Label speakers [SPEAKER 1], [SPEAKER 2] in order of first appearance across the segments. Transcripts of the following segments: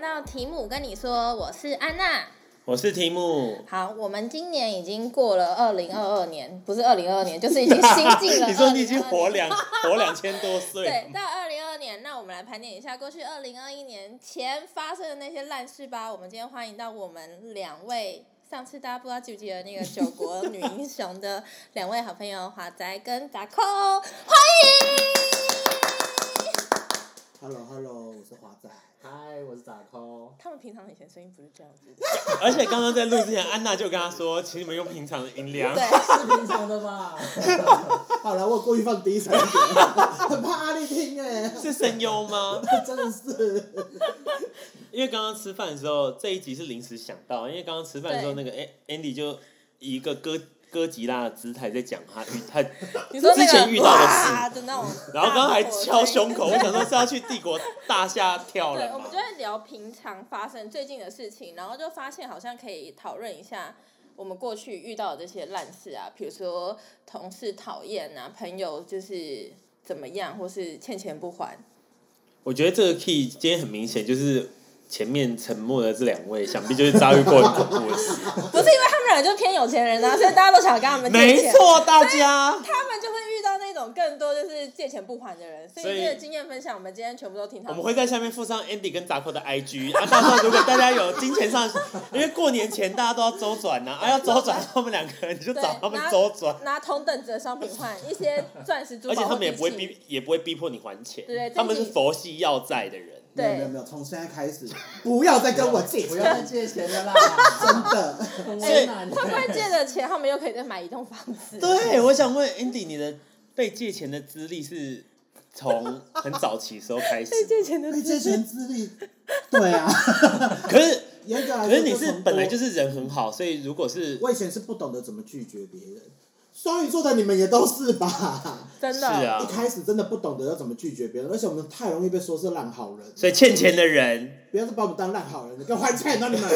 [SPEAKER 1] 到提姆跟你说，我是安娜。
[SPEAKER 2] 我是提姆。
[SPEAKER 1] 好，我们今年已经过了二零二二年，不是二零二二年，就是已经新进了。
[SPEAKER 2] 你说你已经活
[SPEAKER 1] 2022年
[SPEAKER 2] 两活两千多岁了
[SPEAKER 1] 对，到二零二年，那我们来盘点一下过去二零二一年前发生的那些烂事吧。我们今天欢迎到我们两位，上次大家不知道记不记得那个九国女英雄的两位好朋友华仔跟达寇，欢迎！
[SPEAKER 3] Hello Hello，我是华仔。嗨，我是打 call。
[SPEAKER 1] 他们平常以前声音不是这样子的，
[SPEAKER 2] 而且刚刚在录之前，安娜就跟他说，请你们用平常的音量。
[SPEAKER 1] 对。
[SPEAKER 3] 是平常的吧？好了，我故意放低沉一点， 很怕阿丽听哎、
[SPEAKER 2] 是声优吗？
[SPEAKER 3] 真的是。
[SPEAKER 2] 因为刚刚吃饭的时候，这一集是临时想到，因为刚刚吃饭的时候，那个 A- Andy 就以一个哥哥吉拉的姿态在讲他遇 他，
[SPEAKER 1] 你说那
[SPEAKER 2] 之前
[SPEAKER 1] 个
[SPEAKER 2] 遇到的事
[SPEAKER 1] 哇的那种，
[SPEAKER 2] 然后刚刚还敲胸口，我想说是要去帝国大厦跳
[SPEAKER 1] 对，
[SPEAKER 2] 了
[SPEAKER 1] 我
[SPEAKER 2] 吧
[SPEAKER 1] 们就？在聊平常发生最近的事情，然后就发现好像可以讨论一下我们过去遇到的这些烂事啊，比如说同事讨厌啊，朋友就是怎么样，或是欠钱不 还。
[SPEAKER 2] 我觉得这个 key 今天很明显就是。前面沉默的这两位，想必就是遭遇过很恐怖 的事。
[SPEAKER 1] 不是因为他们俩就偏有钱 人啊，所以大家都想跟他们借
[SPEAKER 2] 没
[SPEAKER 1] 钱。
[SPEAKER 2] 错，大家
[SPEAKER 1] 他们就会遇到那种更多就是借钱不还的人，所
[SPEAKER 2] 所
[SPEAKER 1] 以
[SPEAKER 2] 以
[SPEAKER 1] 这个经验分享，我们今天全部都听他
[SPEAKER 2] 我
[SPEAKER 1] 们。
[SPEAKER 2] 们会在下面附上 Andy 跟杂扣的 IG 啊。到时候如果大家有金钱上，因为过年前大家都要周转呐、啊，要周转他们两个人，你 就
[SPEAKER 1] 对
[SPEAKER 2] 找他们
[SPEAKER 1] 拿
[SPEAKER 2] 周转。
[SPEAKER 1] 拿同等值的商品换一些钻石珠宝，
[SPEAKER 2] 而且他们也不会。逼，也不会逼迫你还钱
[SPEAKER 1] 对，
[SPEAKER 2] 他们是佛系要债的人。
[SPEAKER 3] 没有没有
[SPEAKER 1] 对
[SPEAKER 3] 没有，从现在开始不要再跟我借
[SPEAKER 4] 不
[SPEAKER 3] 钱
[SPEAKER 4] 要
[SPEAKER 3] 了，
[SPEAKER 4] 再借钱了啦，
[SPEAKER 3] 真的。
[SPEAKER 4] 很
[SPEAKER 2] 所以
[SPEAKER 4] 为难欸。
[SPEAKER 1] 他们会借的钱，他们又可以再买一栋房子。
[SPEAKER 2] 对，我想问 Andy，你的被借钱的资历是从很早期时候开始
[SPEAKER 1] 被
[SPEAKER 2] 吗，
[SPEAKER 1] 借钱的
[SPEAKER 3] 被借钱资历，对啊，
[SPEAKER 2] 可是
[SPEAKER 3] 严格来
[SPEAKER 2] 可
[SPEAKER 3] 说，。
[SPEAKER 2] 是你是本来就是是人很好，所以如果是
[SPEAKER 3] 我以前是不懂得怎么拒绝别人，双鱼座的你们也都是吧？
[SPEAKER 1] 真
[SPEAKER 2] 是
[SPEAKER 1] 的。
[SPEAKER 2] 啊
[SPEAKER 3] 一，开始真的不懂得要怎么拒绝别人，而且我们太容易被说是烂好人。
[SPEAKER 2] 所以欠钱的人，
[SPEAKER 3] 不要再把我们当烂好人了，给我还钱啊你 们！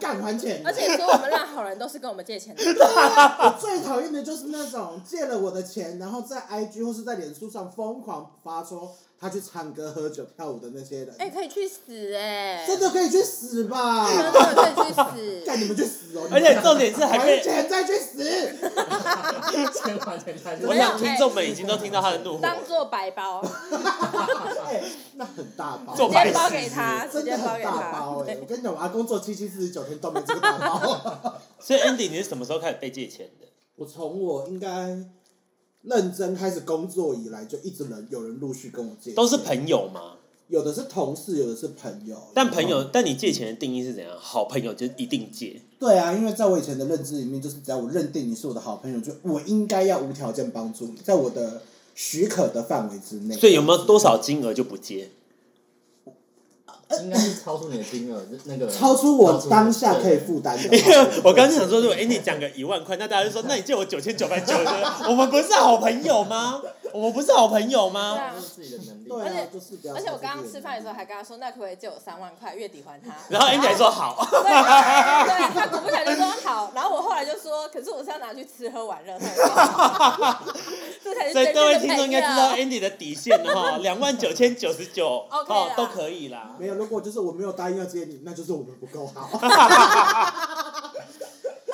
[SPEAKER 3] 干还钱！
[SPEAKER 1] 而且说我们烂好人都是跟我们借钱的，啊
[SPEAKER 3] 我最讨厌的就是那种借了我的钱，然后在 IG 或是在脸书上疯狂发说他去唱歌、喝酒、跳舞的那些人，
[SPEAKER 1] 哎、可以去死 哎、
[SPEAKER 3] 真的可以去死吧！
[SPEAKER 1] 真的可以去死。
[SPEAKER 3] 干你们去死哦！你
[SPEAKER 2] 而
[SPEAKER 3] 们
[SPEAKER 2] 且重点是还
[SPEAKER 3] 还
[SPEAKER 2] 被。
[SPEAKER 3] 钱再去死！
[SPEAKER 4] 欠还钱还
[SPEAKER 1] 没
[SPEAKER 2] 我
[SPEAKER 4] 钱，
[SPEAKER 1] 有哎
[SPEAKER 2] 想听众们已经都听到他的怒火，
[SPEAKER 1] 当做白包，直
[SPEAKER 3] 哎，那很大包，
[SPEAKER 2] 做白
[SPEAKER 1] 接
[SPEAKER 2] 痴
[SPEAKER 1] 包给他，直
[SPEAKER 3] 真
[SPEAKER 1] 接
[SPEAKER 3] 的
[SPEAKER 1] 包
[SPEAKER 3] 很
[SPEAKER 1] 给
[SPEAKER 3] 大
[SPEAKER 1] 他
[SPEAKER 3] 包。哎、我跟你讲，我阿公做七七四十九天都没这个大 包。
[SPEAKER 2] 所以 Andy，你是什么时候开始被借钱的？
[SPEAKER 3] 我从我应该认真开始工作以来，就一直人有人陆续跟我借钱，
[SPEAKER 2] 都是朋友吗？
[SPEAKER 3] 有的是同事，有的是朋友。
[SPEAKER 2] 但朋友，但你借钱的定义是怎样？好朋友就一定借，
[SPEAKER 3] 对啊，因为在我以前的认知里面，就是只要我认定你是我的好朋友，就我应该要无条件帮助你，在我的许可的范围之内。
[SPEAKER 2] 所以有没有多少金额就不借？
[SPEAKER 4] 应该是超出你的金额，那个
[SPEAKER 3] 超出我当下可以负担的
[SPEAKER 2] 因为我刚想说，如果 Andy 讲个一万块，那大家就说，那你借我九千九百九，我们不是好朋友吗？我们不是好朋友
[SPEAKER 1] 对
[SPEAKER 2] 吗？
[SPEAKER 1] 啊
[SPEAKER 4] 超出自己的能力。
[SPEAKER 3] 对
[SPEAKER 1] 而且
[SPEAKER 3] 啊，就是比较。
[SPEAKER 1] 而且我刚刚吃饭的时候还跟他说，那可不可以借我三万块，月底还他？
[SPEAKER 2] 然后 Andy 还说好，
[SPEAKER 1] 对，对他果不其然就说好，然后我后来就说，可是我是要拿去吃喝玩乐，他也说好 啊这才是
[SPEAKER 2] 所以
[SPEAKER 1] 真
[SPEAKER 2] 各位
[SPEAKER 1] 正的
[SPEAKER 2] 听众应
[SPEAKER 1] 朋
[SPEAKER 2] 该知道哎
[SPEAKER 1] 友。
[SPEAKER 2] Andy 的底线了哈，两万九千九十九
[SPEAKER 1] OK
[SPEAKER 2] 哦
[SPEAKER 1] 啦
[SPEAKER 2] 都可以啦。
[SPEAKER 3] 没有，如果就是我没有答应要接你，那就是我们不够好。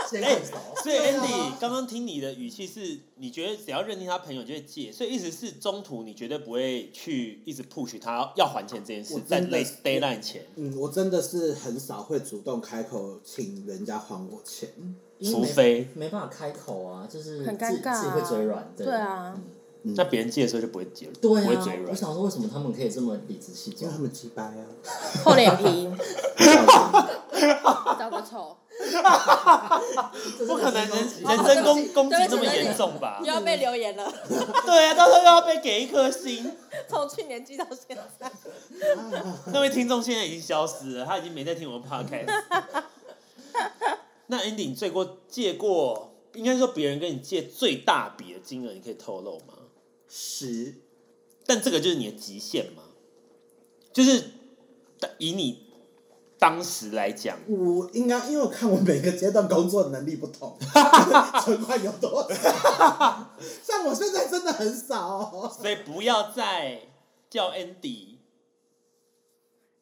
[SPEAKER 4] 先
[SPEAKER 2] 哎
[SPEAKER 4] 更少，
[SPEAKER 2] 所以
[SPEAKER 4] 啊
[SPEAKER 2] Andy 刚刚听你的语气是，你觉得只要认定他朋友就会借，所以意思是中途你绝对不会去一直 push 他要还钱这件事
[SPEAKER 3] 我，
[SPEAKER 2] 在
[SPEAKER 3] 真的
[SPEAKER 2] late
[SPEAKER 3] 是
[SPEAKER 2] deadline 前，
[SPEAKER 3] 嗯，我真的是很少会主动开口请人家还我钱。
[SPEAKER 4] 因为
[SPEAKER 2] 除
[SPEAKER 4] 没
[SPEAKER 2] 非
[SPEAKER 4] 没办法开口啊，就是
[SPEAKER 1] 很尴尬啊
[SPEAKER 4] 自己自己会嘴软。对
[SPEAKER 1] 对啊
[SPEAKER 4] 嗯
[SPEAKER 2] 那别人借的时候就不会借，不
[SPEAKER 4] 对
[SPEAKER 2] 会嘴
[SPEAKER 4] 啊，我
[SPEAKER 2] 软。
[SPEAKER 4] 想说为什么他们可以这么理直气
[SPEAKER 3] 因为他
[SPEAKER 4] 壮？
[SPEAKER 3] 们鸡掰啊！
[SPEAKER 1] 厚脸 皮，找个丑，
[SPEAKER 2] 不可能人
[SPEAKER 1] 哦
[SPEAKER 2] 人身
[SPEAKER 1] 对
[SPEAKER 2] 攻
[SPEAKER 1] 不起
[SPEAKER 2] 攻击
[SPEAKER 1] 对不起
[SPEAKER 2] 这么
[SPEAKER 1] 对不起
[SPEAKER 2] 严重吧
[SPEAKER 1] 又？要被留言了。
[SPEAKER 2] 对啊，到时候又要被给一颗星。
[SPEAKER 1] 从去年记到现在。
[SPEAKER 2] 那位听众现在已经消失了，他已经没在听我们 podcast。那 Andy，你借过借过，应该说别人跟你借最大笔的金额，你可以透露吗？
[SPEAKER 3] 十
[SPEAKER 2] 但这个就是你的极限吗？就是以你当时来讲，
[SPEAKER 3] 我应该，因为我看我每个阶段工作能力 不同，存款有多少。 像我现在真的很少、哦，
[SPEAKER 2] 所以不要再叫 Andy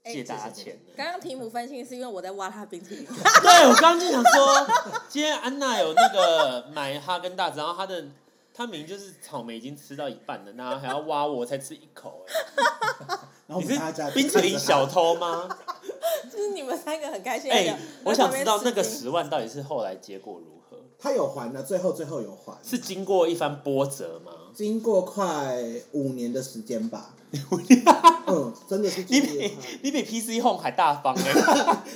[SPEAKER 2] 借大家钱的。
[SPEAKER 1] 哎刚刚提姆分心是因为我在挖他冰淇 淋，
[SPEAKER 2] 对，我刚刚就想说，今天安娜有那个买哈根达斯，然后她的她明明就是草莓已经吃到一半了，然后还要挖我才吃一口、哎，
[SPEAKER 3] 哦然后我
[SPEAKER 2] 你
[SPEAKER 3] 们大家
[SPEAKER 2] 是冰淇淋小偷 吗？
[SPEAKER 1] 就是你们三个很开心的
[SPEAKER 2] 哎、
[SPEAKER 1] 聊。
[SPEAKER 2] 我想知道那个
[SPEAKER 1] 时，
[SPEAKER 2] 十万到底是后来结果如何？
[SPEAKER 3] 他有还的，最后最后有还，
[SPEAKER 2] 是经过一番波折吗？
[SPEAKER 3] 经过快五年的时间吧。嗯，真的是
[SPEAKER 2] 你
[SPEAKER 3] 经过
[SPEAKER 2] 比
[SPEAKER 3] 快
[SPEAKER 2] 你比 PC Home 还大方哎、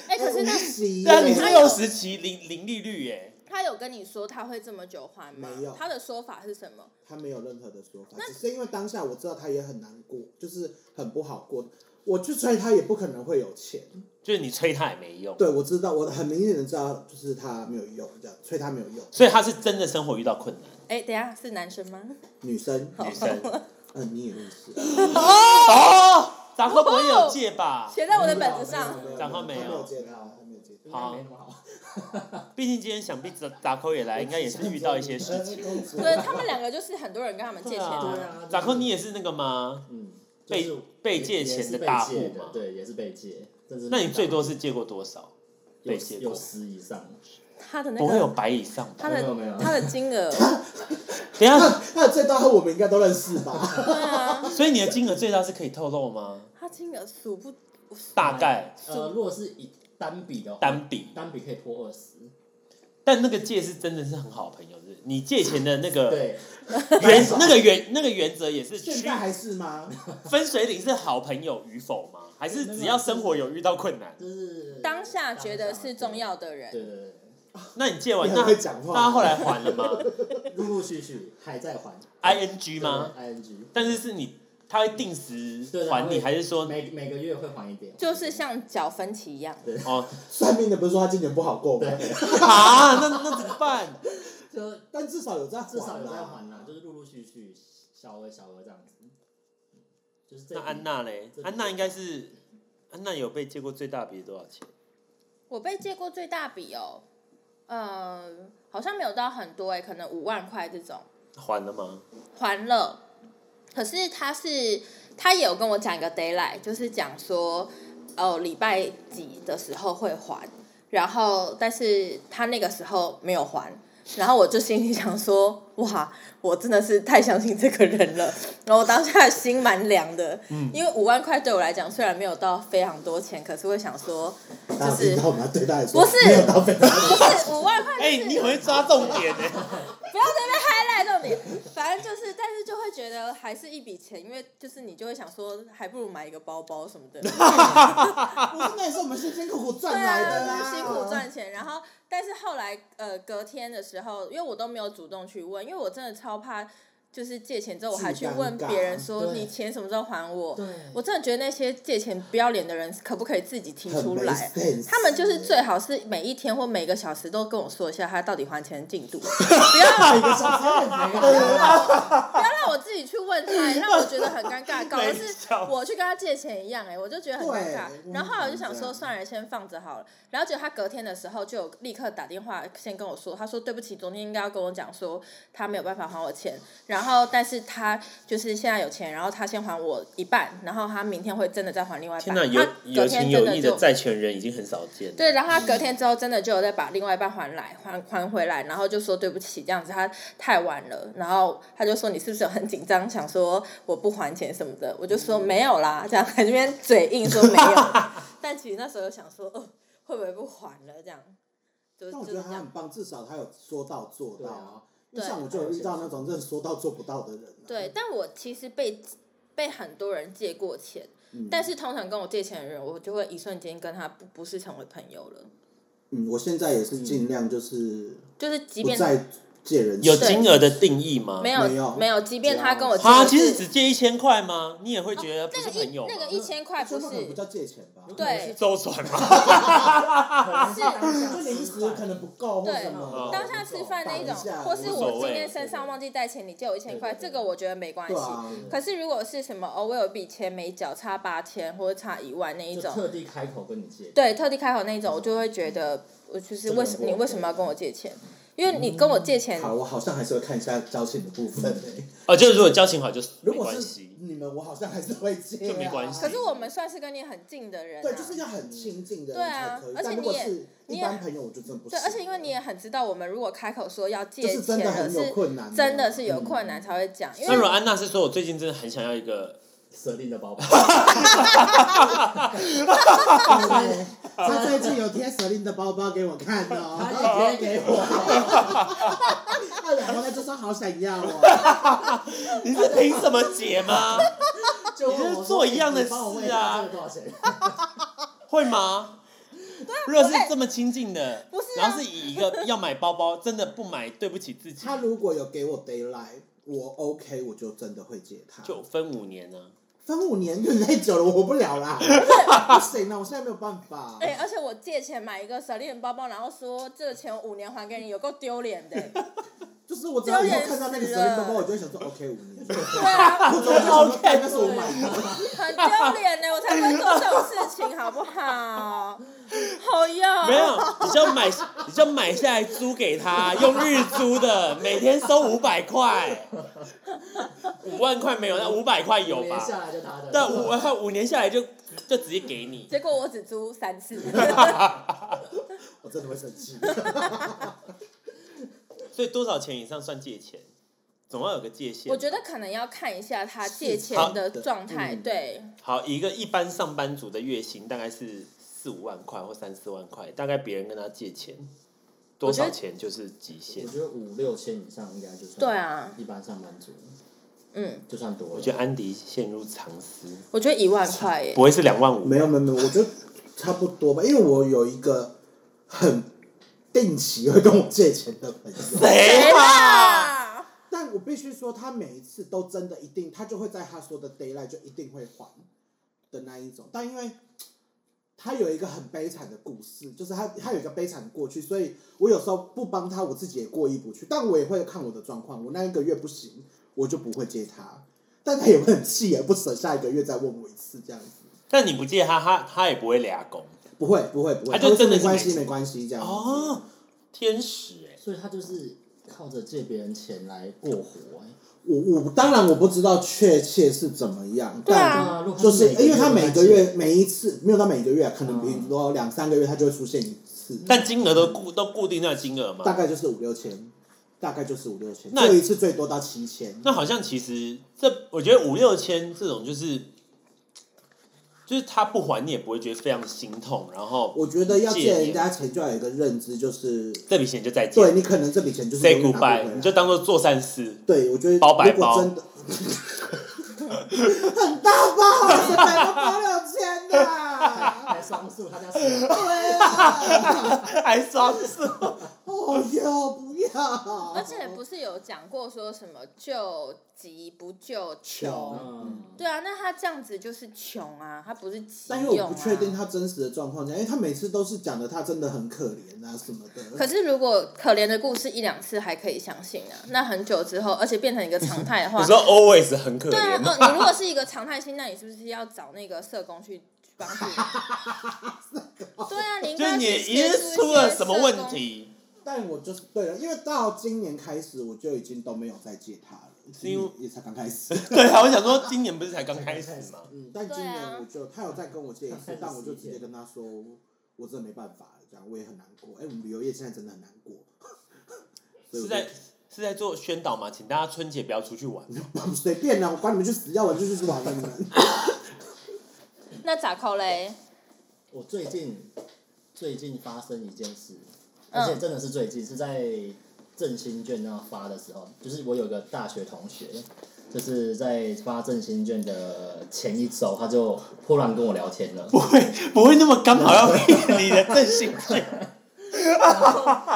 [SPEAKER 1] 哎、可是那
[SPEAKER 3] 五十
[SPEAKER 2] 对啊，你
[SPEAKER 3] 耶
[SPEAKER 2] 是
[SPEAKER 1] 他有
[SPEAKER 2] 六十期零零利率哎、
[SPEAKER 1] 他有跟你说他会这么久还吗
[SPEAKER 3] 没有？
[SPEAKER 1] 他的说法是什么？
[SPEAKER 3] 他没有任何的说法，只是因为当下我知道他也很难过，就是很不好过。我去催他也不可能会有钱，
[SPEAKER 2] 就是你催他也没用，
[SPEAKER 3] 对我知道，我很明显的知道，就是他没有用，这样催他没有用。
[SPEAKER 2] 所以他是真的生活遇到困难。
[SPEAKER 1] 哎、等一下是男生吗？
[SPEAKER 3] 女生，
[SPEAKER 2] 女生
[SPEAKER 3] 嗯，你也认识，
[SPEAKER 2] 哦，咱会不会有借吧？
[SPEAKER 1] 写在我的本子上。
[SPEAKER 2] 讲话没有啊
[SPEAKER 3] 他没有接到，他没有接到。
[SPEAKER 2] 好
[SPEAKER 4] 没那么好。
[SPEAKER 2] 毕竟今天想必杂杂扣也来，应该也是遇到一些事情。
[SPEAKER 3] 情
[SPEAKER 1] 对他们两个就是很多人跟他们借钱
[SPEAKER 4] 对
[SPEAKER 1] 啊，
[SPEAKER 4] 啊就是
[SPEAKER 2] 杂扣你也是那个吗？
[SPEAKER 4] 嗯，
[SPEAKER 2] 被
[SPEAKER 4] 就是
[SPEAKER 2] 被借钱的大户嘛
[SPEAKER 4] 也是被借的对，也是被借。但是
[SPEAKER 2] 那你最多是借过多少？
[SPEAKER 4] 有
[SPEAKER 2] 被借
[SPEAKER 4] 有
[SPEAKER 2] 过？
[SPEAKER 4] 十以上，
[SPEAKER 1] 他的那
[SPEAKER 2] 不会有
[SPEAKER 1] 个
[SPEAKER 2] 百以上吧？
[SPEAKER 1] 他
[SPEAKER 4] 没有没
[SPEAKER 1] 的
[SPEAKER 2] 啊
[SPEAKER 4] 有
[SPEAKER 1] 他的金 额，
[SPEAKER 2] 等一下，
[SPEAKER 3] 他的最大号我们应该都认识 吧？
[SPEAKER 1] 对啊，
[SPEAKER 2] 所以你的金额最大是可以透露吗？
[SPEAKER 1] 他金额数不
[SPEAKER 2] 大概
[SPEAKER 4] 呃，如果是以单笔的话，
[SPEAKER 2] 单笔，
[SPEAKER 4] 单笔可以破二十。
[SPEAKER 2] 但那个借是真的是很好的朋友，是不是你借钱的那个
[SPEAKER 4] 对，
[SPEAKER 2] 原那个原那个原则也是
[SPEAKER 3] 现
[SPEAKER 2] 区
[SPEAKER 3] 在还是吗？
[SPEAKER 2] 分水岭是好朋友与否吗？还是只要生活有遇到困难？
[SPEAKER 4] 就是
[SPEAKER 1] 当下觉得是重。要的人，
[SPEAKER 4] 对对对
[SPEAKER 2] 那你借完
[SPEAKER 3] 你
[SPEAKER 2] 那
[SPEAKER 3] 很会讲话
[SPEAKER 2] 那他后来还 了吗
[SPEAKER 4] 对，陆陆续续还在还。
[SPEAKER 2] ？ing 吗？
[SPEAKER 4] ？I N G。
[SPEAKER 2] 但是是你他会定时
[SPEAKER 4] 对对
[SPEAKER 2] 还
[SPEAKER 4] 他
[SPEAKER 2] 你，
[SPEAKER 4] 会
[SPEAKER 2] 还是说
[SPEAKER 4] 每每个月会还一点，
[SPEAKER 1] 就是像缴分期一样。
[SPEAKER 2] 哦
[SPEAKER 3] 算命的不是说他今年不好过吗？
[SPEAKER 4] 对，
[SPEAKER 2] 啊？那那怎么 办？
[SPEAKER 4] 就
[SPEAKER 3] 但至少有在还
[SPEAKER 4] 至少有在
[SPEAKER 3] 啦。
[SPEAKER 4] 还啦，就是陆陆续续小额小额这样子，就是这
[SPEAKER 2] 那
[SPEAKER 4] 笔
[SPEAKER 2] 安娜嘞？安娜应该是安娜有被借过最大笔多少钱？
[SPEAKER 1] 我被借过最大笔哦，呃，好像没有到很多哎、可能五万块这种
[SPEAKER 2] 还了吗？
[SPEAKER 1] 还了。可是他是他也有跟我讲一个 d a y l i g h t 就是讲说，哦，礼拜几的时候会还，然后但是他那个时候没有还。然后我就心里想说，哇，我真的是太相信这个人了。然后我当下心蛮凉的，因为五万块对我来讲虽然没有到非常多钱，可是会想说，
[SPEAKER 3] 大家
[SPEAKER 1] 就是
[SPEAKER 3] 听到吗？对他来说，
[SPEAKER 1] 不是
[SPEAKER 3] 没有到非常
[SPEAKER 1] 不 是五万块，
[SPEAKER 2] 哎、你很会抓重 点欸呢、
[SPEAKER 1] 不要在那边 highlight 重点，反正就是，但是就会觉得还是一笔钱，因为就是你就会想说，还不如买一个包包什么的，对
[SPEAKER 3] 不是，那也是我们辛辛苦苦赚来
[SPEAKER 1] 啊，
[SPEAKER 3] 的啦，
[SPEAKER 1] 就是辛苦。赚钱。然后，但是后来呃隔天的时候，因为我都没有主动去问，因为我真的超怕，就是借钱之后我还去问别人说
[SPEAKER 4] 对
[SPEAKER 1] 你钱什么时候还我，
[SPEAKER 4] 对，
[SPEAKER 1] 我真的觉得那些借钱不要脸的人可不可以自己提
[SPEAKER 3] 很
[SPEAKER 1] 出
[SPEAKER 3] 没
[SPEAKER 1] 来？
[SPEAKER 3] sense
[SPEAKER 1] 他们就是最好是每一天或每个小时都跟我说一下他到底还钱的进度，不要
[SPEAKER 4] 每个小时也
[SPEAKER 3] 啊
[SPEAKER 4] 没有，
[SPEAKER 1] 不要让我自己去问他， 让我觉得很尴尬，搞得
[SPEAKER 2] 没
[SPEAKER 1] 是
[SPEAKER 2] 笑嗯
[SPEAKER 1] 我去跟他借钱一样、哎，我就觉得很尴尬
[SPEAKER 3] 对。
[SPEAKER 1] 然后后来我就想说，
[SPEAKER 3] 我也是这
[SPEAKER 1] 算了，先放着好了。然后结果他隔天的时候就有立刻打电话先跟我说，他说对不起，昨天应该要跟我讲说他没有办法还我钱，然后但是他就是现在有钱，然后他先还我一半，然后他明天会真的再还另外一
[SPEAKER 2] 天
[SPEAKER 1] 半。
[SPEAKER 2] 哪，有
[SPEAKER 1] 他隔
[SPEAKER 2] 有
[SPEAKER 1] 天
[SPEAKER 2] 情
[SPEAKER 1] 真
[SPEAKER 2] 有
[SPEAKER 1] 的
[SPEAKER 2] 义
[SPEAKER 1] 就
[SPEAKER 2] 的债权人已经很少见了。
[SPEAKER 1] 对，然后他隔
[SPEAKER 3] 嗯
[SPEAKER 1] 天之后真的就有再把另外一半还来，还还回来，然后就说对不起，这样子他太晚了，然后他就说你是不是很紧张，想说我不还钱什么的，我就说没有啦，这样在那边嘴硬说没有， 但其实那时候有想说，哦，会不会不还了这样，就
[SPEAKER 3] 但我
[SPEAKER 1] 就
[SPEAKER 3] 觉
[SPEAKER 1] 是
[SPEAKER 3] 得
[SPEAKER 1] 这
[SPEAKER 3] 他很
[SPEAKER 1] 样，
[SPEAKER 3] 棒，至少他有说到做
[SPEAKER 4] 对
[SPEAKER 3] 到。
[SPEAKER 4] 啊，
[SPEAKER 3] 因为像我就有遇到那种真的说到做不到的人、啊。
[SPEAKER 1] 对，但我其实被被很多人借过钱，
[SPEAKER 3] 嗯，
[SPEAKER 1] 但是通常跟我借钱的人，我就会一瞬间跟他不不是成为朋友了，
[SPEAKER 3] 嗯，我现在也是尽量就是
[SPEAKER 1] 就是即
[SPEAKER 3] 不
[SPEAKER 1] 便
[SPEAKER 3] 再借人
[SPEAKER 2] 有
[SPEAKER 3] 钱
[SPEAKER 2] 金额的定义吗？
[SPEAKER 1] 没有
[SPEAKER 3] 没有
[SPEAKER 1] 没有，即便他跟我借
[SPEAKER 2] 啊，
[SPEAKER 1] 的
[SPEAKER 2] 其实
[SPEAKER 1] 是
[SPEAKER 2] 只借一千块吗？你也会觉得不
[SPEAKER 1] 那
[SPEAKER 2] 是
[SPEAKER 1] 个
[SPEAKER 2] 朋
[SPEAKER 1] 一
[SPEAKER 2] 友吗？
[SPEAKER 1] 那个一千块不
[SPEAKER 3] 这
[SPEAKER 1] 是
[SPEAKER 3] 可能不叫借钱吧？
[SPEAKER 1] 对，啊
[SPEAKER 2] 周转吗？
[SPEAKER 3] 就临时可能不够或什么
[SPEAKER 2] 对。
[SPEAKER 1] 当下吃饭那一种
[SPEAKER 3] 挡一下，
[SPEAKER 1] 或是
[SPEAKER 2] 无所
[SPEAKER 1] 我
[SPEAKER 2] 谓
[SPEAKER 1] 今天身上忘记带钱，你借我一千块，
[SPEAKER 4] 对对
[SPEAKER 1] 这
[SPEAKER 4] 对
[SPEAKER 1] 个我觉得没关系
[SPEAKER 3] 对。啊，
[SPEAKER 1] 可是如果是什么哦，我有一笔钱没缴，差八千或者差一万那一
[SPEAKER 4] 就
[SPEAKER 1] 种，
[SPEAKER 4] 特地开口跟你借，
[SPEAKER 1] 对，特地开口那一种，我就会觉得我就是为什
[SPEAKER 4] 这个
[SPEAKER 1] 你
[SPEAKER 4] 我
[SPEAKER 1] 为什么要跟我借钱？因为
[SPEAKER 3] 嗯
[SPEAKER 1] 你跟我借钱，
[SPEAKER 3] 好，我好像还是会看一下交情的部分、欸。
[SPEAKER 2] 哦，就是如果交情好就
[SPEAKER 3] 如
[SPEAKER 2] 没
[SPEAKER 3] 果
[SPEAKER 2] 关
[SPEAKER 3] 是
[SPEAKER 2] 系。
[SPEAKER 3] 你们，我好像还是会借、啊。
[SPEAKER 2] 这没关系
[SPEAKER 1] 可是我们算是跟你很近的人、啊，
[SPEAKER 3] 对，就是要很亲近的
[SPEAKER 1] 对
[SPEAKER 3] 人
[SPEAKER 1] 啊
[SPEAKER 3] 才可以。
[SPEAKER 1] 而且
[SPEAKER 3] 但如果
[SPEAKER 1] 你也
[SPEAKER 3] 是
[SPEAKER 1] 你
[SPEAKER 3] 一
[SPEAKER 1] 也
[SPEAKER 3] 般朋友，我就真的不
[SPEAKER 1] 对，
[SPEAKER 3] 行
[SPEAKER 1] 而且因为你也很知道，我们如果开口说要借
[SPEAKER 3] 就是真
[SPEAKER 1] 钱
[SPEAKER 3] 的
[SPEAKER 1] 了，
[SPEAKER 3] 很有困难的，嗯
[SPEAKER 1] 真的是有困难才会讲，因
[SPEAKER 2] 那如果
[SPEAKER 1] 为
[SPEAKER 2] 安娜是说我最近真的很想要一个，
[SPEAKER 4] 设定的 包包，
[SPEAKER 3] 对。他最近有贴舍令的包包给我看 哦，
[SPEAKER 4] 他也贴 给我，
[SPEAKER 3] 他然后呢就说好想要哦，
[SPEAKER 2] 你是凭什么解吗？
[SPEAKER 4] 就问我
[SPEAKER 2] 你
[SPEAKER 4] 说
[SPEAKER 2] 是做一样的
[SPEAKER 4] 你帮我问
[SPEAKER 2] 事啊
[SPEAKER 4] 一下这个多少钱？
[SPEAKER 2] 会吗？如果是这么亲近的，
[SPEAKER 1] 啊不是啊
[SPEAKER 2] 然后是以一个要买包包，真的不买对不起自己，
[SPEAKER 3] 他如果有给我 d a y l i g h t 我 OK，我就真的会借他。
[SPEAKER 2] 就分五年啊呢、
[SPEAKER 3] 分五年有点太久了，我活不了啦，不行啊了，我现在没有办法。
[SPEAKER 1] 哎、而且我借钱买一个手链包包，然后说这个钱我五年还给你，有够丢脸的、
[SPEAKER 3] 就是我只要以后看到那个舍令包包，我就会想说 OK 五年。
[SPEAKER 1] 对啊，
[SPEAKER 3] 我总会想说对那是我买的。
[SPEAKER 1] 很丢脸的，我才不会做这种事情，好不好？好呀，
[SPEAKER 2] 没有，你就买，你就买下来租给他，用日租的，每天收五百块，五万块没有，那五百块有
[SPEAKER 4] 五年
[SPEAKER 2] 吧？
[SPEAKER 4] 下来就他的，
[SPEAKER 2] 但五他五年下来就就直接给你，
[SPEAKER 1] 结果我只租三 次，
[SPEAKER 3] 我真的会生气。
[SPEAKER 2] 所以多少钱以上算借钱？总要有个界限。
[SPEAKER 1] 我觉得可能要看一下他借
[SPEAKER 2] 好
[SPEAKER 1] 钱的状态，
[SPEAKER 3] 嗯
[SPEAKER 1] 对，
[SPEAKER 2] 好，一个一般上班族的月薪大概是四五万块或三四万块，大概别人跟他借钱多
[SPEAKER 1] 我觉得
[SPEAKER 2] 少钱就是极限
[SPEAKER 4] 我。觉得五六千以上应该就算
[SPEAKER 1] 对啊
[SPEAKER 4] 一般上班族
[SPEAKER 1] 嗯，
[SPEAKER 4] 就算多了。
[SPEAKER 2] 我觉得安迪陷入常思，
[SPEAKER 1] 我觉得一万块耶
[SPEAKER 2] 不，会是两万五？
[SPEAKER 3] 没有没有没有，我觉得差不多吧，因为我有一个很定期会跟我借钱的朋友，
[SPEAKER 2] 谁
[SPEAKER 3] 嗯
[SPEAKER 2] 啦？
[SPEAKER 1] 啊，
[SPEAKER 3] 但我必须说，他每一次都真的一定，他就会在他说的 d a y l i g h t 就一定会还的那一种。但因为他有一个很悲惨的故事，就是他他有一个悲惨的过去，所以我有时候不帮他，我自己也过意不去。但我也会看我的状况，我那一个月不行，我就不会借他。但他也会很气，也不舍，下一个月再问我一次这样子。
[SPEAKER 2] 但你不借他，他他也不会俩拱
[SPEAKER 3] 不会，不会，不会，
[SPEAKER 2] 他就
[SPEAKER 3] 会说
[SPEAKER 2] 真的
[SPEAKER 3] 没
[SPEAKER 2] 是
[SPEAKER 3] 关
[SPEAKER 2] 没
[SPEAKER 3] 系，
[SPEAKER 2] 事
[SPEAKER 3] 没关系这样子。
[SPEAKER 2] 哦，天使哎、
[SPEAKER 4] 所以他就是靠着借别人钱来过活、欸。
[SPEAKER 3] 我我当然我不知道确切是怎么样，
[SPEAKER 1] 对啊
[SPEAKER 2] 嗯
[SPEAKER 3] 但就是因为他每个月每一次没有到每个月，
[SPEAKER 2] 嗯
[SPEAKER 3] 可能比如说两三个月他就会出现一次，
[SPEAKER 2] 但金额都固都固定那个金额嘛
[SPEAKER 3] 大。概就是五六千，大概就是五六千，
[SPEAKER 2] 那
[SPEAKER 3] 这一次最多到七千。
[SPEAKER 2] 那好像其实这，我觉得五六千这种就是，就是他不还你也不会觉得非常心痛，然后
[SPEAKER 3] 我觉得要
[SPEAKER 2] 借
[SPEAKER 3] 借
[SPEAKER 2] 你啊
[SPEAKER 3] 人家钱就要有一个认知，就是
[SPEAKER 2] 这笔钱就再
[SPEAKER 3] 对
[SPEAKER 2] 见
[SPEAKER 3] 你可能这笔钱就是
[SPEAKER 2] ，say
[SPEAKER 3] 永远拿不回来
[SPEAKER 2] goodbye，你就当做做善事。
[SPEAKER 3] 对，我觉得
[SPEAKER 2] 包白
[SPEAKER 3] 如果
[SPEAKER 2] 包
[SPEAKER 3] 真的很大包，啊是买到八六千的、啊
[SPEAKER 4] 还双数，他家是
[SPEAKER 3] 对啊，
[SPEAKER 2] 还双数，
[SPEAKER 3] 哦哟，不要，
[SPEAKER 1] 而且不是有讲过说什么救急不救穷？
[SPEAKER 4] 嗯，
[SPEAKER 1] 对啊，那他这样子就是穷啊，他不是急
[SPEAKER 3] 但因为我
[SPEAKER 1] 用
[SPEAKER 3] 不确定
[SPEAKER 1] 啊。
[SPEAKER 3] 他真实的状况怎样，因为他每次都是讲的他真的很可怜啊什么
[SPEAKER 1] 可
[SPEAKER 3] 的。
[SPEAKER 1] 是如果可怜的故事一两次还可以相信啊，那很久之后，而且变成一个常态的话
[SPEAKER 2] 你，说 always 很可
[SPEAKER 1] 对啊
[SPEAKER 2] 怜，吗？
[SPEAKER 1] 哦，你如果是一个常态性，那你是不是要找那个社工去帮 助你？对啊，你应
[SPEAKER 2] 就是
[SPEAKER 1] 该
[SPEAKER 2] 你
[SPEAKER 1] 去
[SPEAKER 2] 一
[SPEAKER 1] 协助
[SPEAKER 2] 定
[SPEAKER 1] 一
[SPEAKER 2] 出了
[SPEAKER 1] 些
[SPEAKER 2] 什么
[SPEAKER 1] 社
[SPEAKER 2] 问
[SPEAKER 1] 工？
[SPEAKER 2] 题？
[SPEAKER 3] 但我就是对了，因为到今年开始我就已经都没有再借他了，
[SPEAKER 2] 是因为
[SPEAKER 3] 也才刚开始。
[SPEAKER 2] 对啊，我想说今年不是才刚开始吗？
[SPEAKER 3] 嗯，但今
[SPEAKER 1] 对啊
[SPEAKER 3] 年我就他有再跟我借一次，但我就直接跟他说，我真的没办法了，这样我也很难过。哎，我们旅游业现在真的很难过。 所
[SPEAKER 2] 是
[SPEAKER 3] 以我
[SPEAKER 2] 在是在做宣导嘛？请大家春节不要出去玩。
[SPEAKER 3] 就 随便啦，我管你们去死，要玩就去玩吧你们。
[SPEAKER 1] 那咋扣 嘞？
[SPEAKER 4] 我最近最近发生一件事，
[SPEAKER 1] 嗯
[SPEAKER 4] 而且真的是最近是在振兴券那发的时候，就是我有个大学同学，就是在发振兴券的前一周，他就突然跟我聊天了，
[SPEAKER 2] 不会不会那么刚好要 骗你的正兴趣，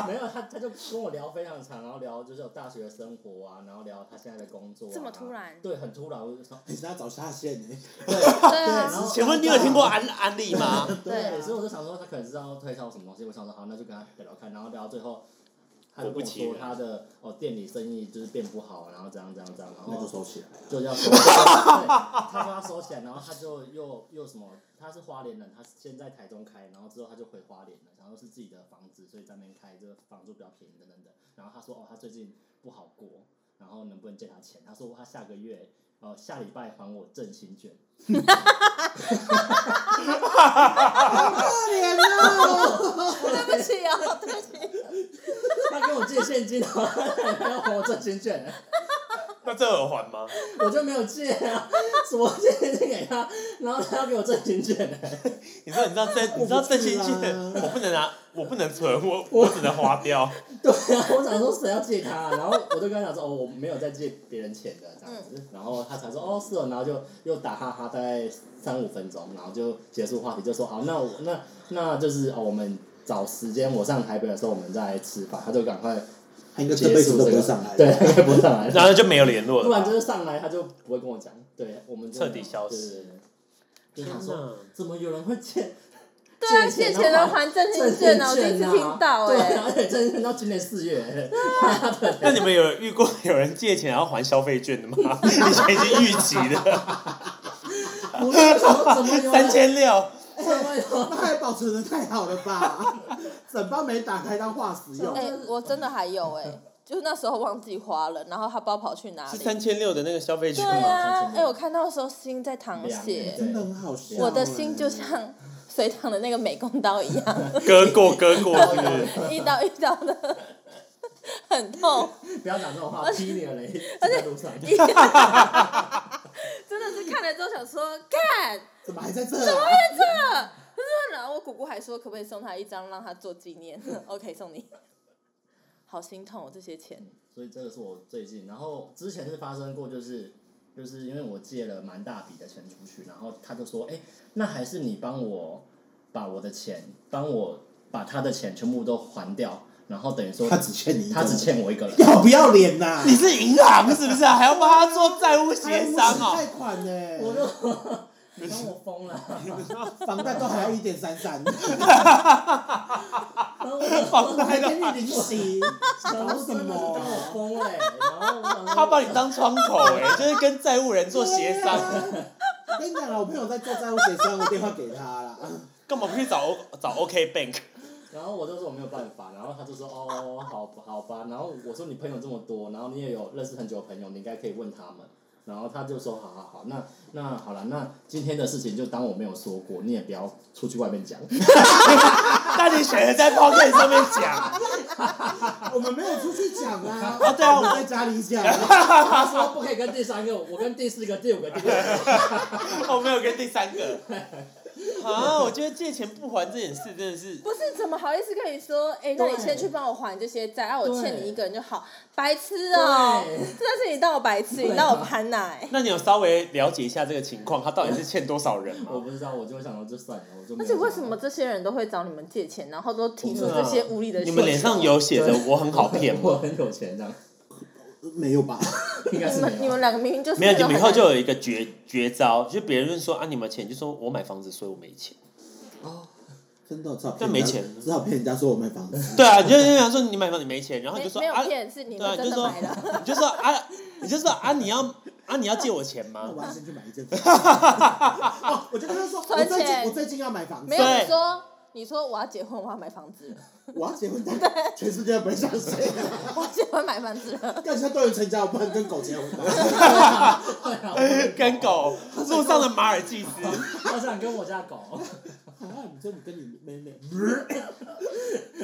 [SPEAKER 4] 没有他他就跟我聊非常长，然后聊就是有大学的生活啊，然后聊他现在的工作、啊，
[SPEAKER 1] 这么突然
[SPEAKER 4] 对，很突然，我就说
[SPEAKER 3] 你是要找下线呢？
[SPEAKER 4] 对。
[SPEAKER 1] 对
[SPEAKER 4] 对，
[SPEAKER 1] 啊
[SPEAKER 4] 然，后
[SPEAKER 2] 请问你有听过安安利吗？
[SPEAKER 1] 对啊
[SPEAKER 4] 对，所以我就想说，他可能知道推销什么东西，我想说好，那就跟他聊聊看，然后聊到最后，他就跟我说他的哦店里生意就是变不好，然后怎样怎样怎样，然
[SPEAKER 3] 那就
[SPEAKER 4] 后
[SPEAKER 3] 收起来啊。
[SPEAKER 4] 就要收起来，对他说他收起来，然后他就又又什么，他是花莲人，他先在台中开，然后之后他就回花莲了，然后是自己的房子，所以在那边开，这个房租比较便宜等等等，然后他说哦，他最近不好过，然后能不能借他钱？他说他下个月哦，下礼拜还我振兴券。
[SPEAKER 3] 可 怜哦，
[SPEAKER 1] 对不起哦，对 不起。
[SPEAKER 4] 他跟我借现金啊，他要还我振兴券，
[SPEAKER 2] 那这耳环吗？
[SPEAKER 4] 我就没有借啊，什么借现金给他，然后他要给我振兴券，
[SPEAKER 2] 你知道，你知道这，你知道这些券，我不能拿，我不能存，我我只能花标。
[SPEAKER 4] 对啊，我想说谁要借他、啊然后我就跟他讲说，哦，我没有在借别人钱的这样子，
[SPEAKER 2] 嗯
[SPEAKER 4] 然后他才说，哦，是哦，然后就又打哈哈，大概三五分钟，然后就结束话题，就说，好，那我那那就是哦，我们找时间我上台北的时候，我们再来吃饭，他就赶快
[SPEAKER 3] 他应该这
[SPEAKER 4] 结
[SPEAKER 3] 辈子
[SPEAKER 4] 束
[SPEAKER 3] 都不
[SPEAKER 4] 这个，
[SPEAKER 3] 会上来。
[SPEAKER 4] 对，，他应该 不会上来，
[SPEAKER 2] 然后就没有联络
[SPEAKER 4] 不然
[SPEAKER 2] 了。
[SPEAKER 4] 就是上来他就不会跟我讲，对我们真的
[SPEAKER 2] 彻底消失。
[SPEAKER 4] 对对对就想
[SPEAKER 2] 天哪
[SPEAKER 4] 说，怎么有人会欠？
[SPEAKER 1] 对啊，借
[SPEAKER 4] 借
[SPEAKER 1] 钱
[SPEAKER 4] 然
[SPEAKER 1] 能
[SPEAKER 4] 后
[SPEAKER 1] 还振兴券
[SPEAKER 4] 振兴
[SPEAKER 1] 哦，我第一次
[SPEAKER 4] 啊
[SPEAKER 1] 听到哎、
[SPEAKER 4] 对啊，而且振兴券到今年 四月，
[SPEAKER 2] 那你们有遇过有人借钱然后还消费券的吗？ 以前已经预期的
[SPEAKER 4] 不是怎么怎么 有人
[SPEAKER 2] 三千六，
[SPEAKER 4] 怎么有？
[SPEAKER 3] 那还保存的太好了吧？整包没打开当化石用
[SPEAKER 1] 哎、。我真的还有哎、就是那时候忘记花了，然后他不知道跑去哪
[SPEAKER 2] 是
[SPEAKER 1] 里。
[SPEAKER 2] 三千六的那个消费
[SPEAKER 1] 对
[SPEAKER 2] 券吗？
[SPEAKER 1] 啊，
[SPEAKER 4] 3600
[SPEAKER 1] 哎、我看到的时候心在淌血
[SPEAKER 4] 两，
[SPEAKER 3] 真的很好笑、欸
[SPEAKER 1] 我的心就像水淌的那个美工刀一样，
[SPEAKER 2] 割过割过是不是？
[SPEAKER 1] 一刀一刀的，很痛，
[SPEAKER 4] 不要讲这种话，劈你的雷！ 在路上，
[SPEAKER 1] 一刀真的是看了之后想说，看
[SPEAKER 3] 怎么还在这？
[SPEAKER 1] 然后我姑姑还说，可不可以送她一张让她做纪念 ？OK，送你。好心痛哦，这些钱。
[SPEAKER 4] 所以这个是我最近，然后之前是发生过，就是就是因为我借了蛮大笔的钱出去，然后他就说，哎、那还是你帮我把我的钱，帮我把他的钱全部都还掉，然后等于说
[SPEAKER 3] 他只欠你一个
[SPEAKER 4] 他只欠我一个人，
[SPEAKER 3] 要不要脸呐、
[SPEAKER 2] 你是银行是不是啊？还要帮他做债务
[SPEAKER 3] 还有
[SPEAKER 2] 协
[SPEAKER 3] 无息
[SPEAKER 2] 商哦
[SPEAKER 3] 贷？款呢、欸
[SPEAKER 4] 我就你当我疯 了，
[SPEAKER 3] 房贷都还要一点 三三，
[SPEAKER 4] 当我
[SPEAKER 2] 房贷
[SPEAKER 3] 还
[SPEAKER 2] 的
[SPEAKER 3] 给你 零息，
[SPEAKER 4] 当
[SPEAKER 3] 搞
[SPEAKER 4] 我
[SPEAKER 3] 什
[SPEAKER 4] 真的是
[SPEAKER 3] 么
[SPEAKER 4] 当？我疯了、欸，然后我想说
[SPEAKER 2] 他把你当窗口哎、就是跟债务人做协商，
[SPEAKER 3] 对啊我跟你讲了，我朋友在做债务协商，我电话给他啦。
[SPEAKER 2] 干嘛不去找 O 找 OK Bank？
[SPEAKER 4] 然后我就说我没有办法，然后他就说哦，好吧好吧。然后我说你朋友这么多，然后你也有认识很久的朋友，你应该可以问他们。然后他就说好好好，那那好了，那今天的事情就当我没有说过，你也不要出去外面讲。
[SPEAKER 2] 那你选择在 p o c k e t 上面讲，
[SPEAKER 3] 我们没有出去讲 啊，
[SPEAKER 2] 啊对啊
[SPEAKER 3] 我们在家里讲。啊
[SPEAKER 4] 他说不可以跟第三个，我跟第四个、第五个、第六 个。
[SPEAKER 2] 我哦没有跟第三个。啊，我觉得借钱不还这件事真的是，
[SPEAKER 1] 不是，怎么好意思跟你说？哎、那你
[SPEAKER 4] 对
[SPEAKER 1] 先去帮我还这些债，啊，我欠
[SPEAKER 4] 对
[SPEAKER 1] 你一个人就好。白痴哦、
[SPEAKER 4] 对
[SPEAKER 1] 真的是你当我白痴，你当我潘娜、欸。
[SPEAKER 2] 那你有稍微了解一下这个情况，他到底是欠多少人
[SPEAKER 4] 我
[SPEAKER 2] 吗？
[SPEAKER 4] 不知道，我就想到就算了，我就
[SPEAKER 1] 而
[SPEAKER 4] 没有
[SPEAKER 1] 且
[SPEAKER 4] 想到。
[SPEAKER 1] 为什么这些人都会找你们借钱，然后都提出
[SPEAKER 2] 真的
[SPEAKER 1] 这
[SPEAKER 2] 啊
[SPEAKER 1] 些无理的需
[SPEAKER 2] 你
[SPEAKER 1] 求？
[SPEAKER 2] 们脸上有写着
[SPEAKER 4] 对
[SPEAKER 2] 我很好骗
[SPEAKER 4] 我
[SPEAKER 2] 吗？
[SPEAKER 4] 很有钱这样？
[SPEAKER 3] 没有吧？
[SPEAKER 4] 应该
[SPEAKER 1] 你
[SPEAKER 4] 是
[SPEAKER 1] 们
[SPEAKER 4] 没
[SPEAKER 1] 你
[SPEAKER 4] 有
[SPEAKER 1] 们。两个明明就是
[SPEAKER 2] 没有，
[SPEAKER 1] 那
[SPEAKER 2] 你
[SPEAKER 1] 种
[SPEAKER 2] 们以后
[SPEAKER 1] 很
[SPEAKER 2] 就有一个绝绝招，就别人问说啊你们钱，就说我买房子，所以我没钱。
[SPEAKER 3] 真的，只好骗人家
[SPEAKER 2] 但没钱
[SPEAKER 3] 只好骗人家说我买房子。
[SPEAKER 2] 对啊，你就跟人家说你买房子没钱，然后你
[SPEAKER 1] 没
[SPEAKER 2] 就说
[SPEAKER 1] 没有
[SPEAKER 2] 啊，
[SPEAKER 1] 骗，是你
[SPEAKER 2] 对啊，
[SPEAKER 1] 们
[SPEAKER 2] 你
[SPEAKER 1] 真
[SPEAKER 2] 就
[SPEAKER 1] 的
[SPEAKER 2] 说
[SPEAKER 1] 买的。
[SPEAKER 2] 你就说啊，你就说啊，你要啊你要借我钱
[SPEAKER 3] 那
[SPEAKER 2] 吗？
[SPEAKER 3] 我要先去买一间 房。哦，我就跟他说，我
[SPEAKER 1] 存
[SPEAKER 3] 最近
[SPEAKER 1] 钱
[SPEAKER 3] 我最近要买房子
[SPEAKER 1] 没，有
[SPEAKER 2] 对
[SPEAKER 1] 你说，你说我要结婚，我要买房子，
[SPEAKER 3] 我要结婚，但全世界不会相信。
[SPEAKER 1] 我要结婚买房子了。
[SPEAKER 3] 要现在都能成家，我不能跟狗结婚吧？
[SPEAKER 4] 对啊，我
[SPEAKER 2] 跟狗路上的马尔济斯，
[SPEAKER 4] 好想跟我家狗。
[SPEAKER 3] 啊，你说你跟你妹 妹，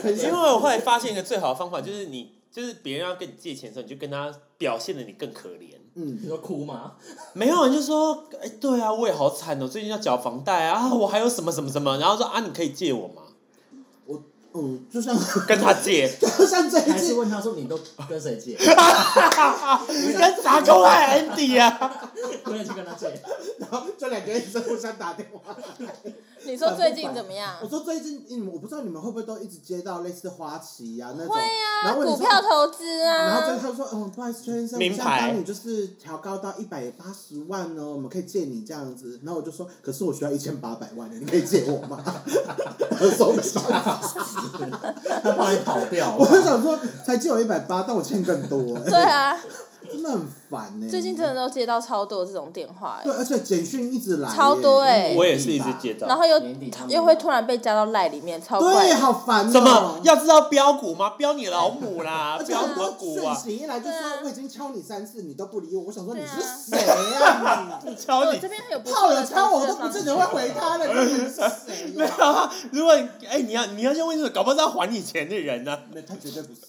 [SPEAKER 3] 很
[SPEAKER 2] 因为
[SPEAKER 3] 像
[SPEAKER 2] 我后来发现一个最好的方法，就是你就是别人要跟你借钱的时候，你就跟他表现的你更可怜。
[SPEAKER 3] 嗯
[SPEAKER 4] 你，说哭吗？
[SPEAKER 2] 没有人就说，哎、对啊，我也好惨哦，最近要缴房贷啊，啊我还有什么什么什么，然后说啊，你可以借我吗？
[SPEAKER 3] 我嗯，就像，
[SPEAKER 2] 跟他借
[SPEAKER 3] 就像最
[SPEAKER 4] 还是
[SPEAKER 3] 近，
[SPEAKER 4] 问他说你都跟谁借？
[SPEAKER 2] 你跟杂工还 Andy 啊？
[SPEAKER 4] 我也去跟他借。
[SPEAKER 3] 然后就两个人一直互相打电话。
[SPEAKER 1] 你说最近怎么样？啊
[SPEAKER 3] 我说最近，嗯，我不知道你们会不会都一直接到类似花旗呀、那种，
[SPEAKER 1] 会呀、
[SPEAKER 3] 然后问你
[SPEAKER 1] 股
[SPEAKER 3] 说
[SPEAKER 1] 票投资
[SPEAKER 3] 然后就
[SPEAKER 1] 啊。
[SPEAKER 3] 他说，嗯，不好意思，邱先生，我
[SPEAKER 2] 名
[SPEAKER 3] 们现在
[SPEAKER 2] 牌
[SPEAKER 3] 帮你就是调高到一百八十万哦，我们可以借你这样子。然后我就说，可是我需要一千八百万的，你可以借我吗？ 他说没办法
[SPEAKER 4] 他怕你跑掉
[SPEAKER 3] 我就想说，才借我一百八，但我欠更多、欸
[SPEAKER 1] 对啊，
[SPEAKER 3] 真的很烦呢、欸
[SPEAKER 1] 最近真的都接到超多这种电话、
[SPEAKER 3] 对，
[SPEAKER 1] 欸，
[SPEAKER 3] 而且简讯一直来耶、
[SPEAKER 1] 超多哎、
[SPEAKER 2] 我也是一直接到。
[SPEAKER 1] 然后又
[SPEAKER 4] 年底他们
[SPEAKER 1] 又会突然被加到赖里面，超怪
[SPEAKER 3] 对，
[SPEAKER 1] 的。
[SPEAKER 3] 好烦、哦。
[SPEAKER 2] 怎么要知道标股吗？标你老母啦，
[SPEAKER 3] 而且
[SPEAKER 2] 标
[SPEAKER 3] 很
[SPEAKER 2] 我
[SPEAKER 3] 多
[SPEAKER 2] 股
[SPEAKER 3] 讯
[SPEAKER 2] 啊，
[SPEAKER 3] 息一来就
[SPEAKER 1] 对啊
[SPEAKER 3] 说我已经敲你三次，你都不理我。我想说
[SPEAKER 1] 对
[SPEAKER 3] 你
[SPEAKER 1] 啊
[SPEAKER 3] 是谁 呀、你
[SPEAKER 2] 敲
[SPEAKER 1] 我
[SPEAKER 2] 你
[SPEAKER 1] 这。边有不
[SPEAKER 3] 炮
[SPEAKER 1] 错
[SPEAKER 3] 友
[SPEAKER 1] 的
[SPEAKER 3] 敲
[SPEAKER 1] 投
[SPEAKER 3] 我都
[SPEAKER 1] 资
[SPEAKER 3] 不
[SPEAKER 1] 方
[SPEAKER 3] 见
[SPEAKER 1] 式
[SPEAKER 3] 得会回他了，你是 谁
[SPEAKER 2] 没有
[SPEAKER 3] 呀、
[SPEAKER 2] 啊，如果你哎、你要你要先问清楚，搞不好是要还你钱的人啊 呢、
[SPEAKER 3] 那他绝对不 是。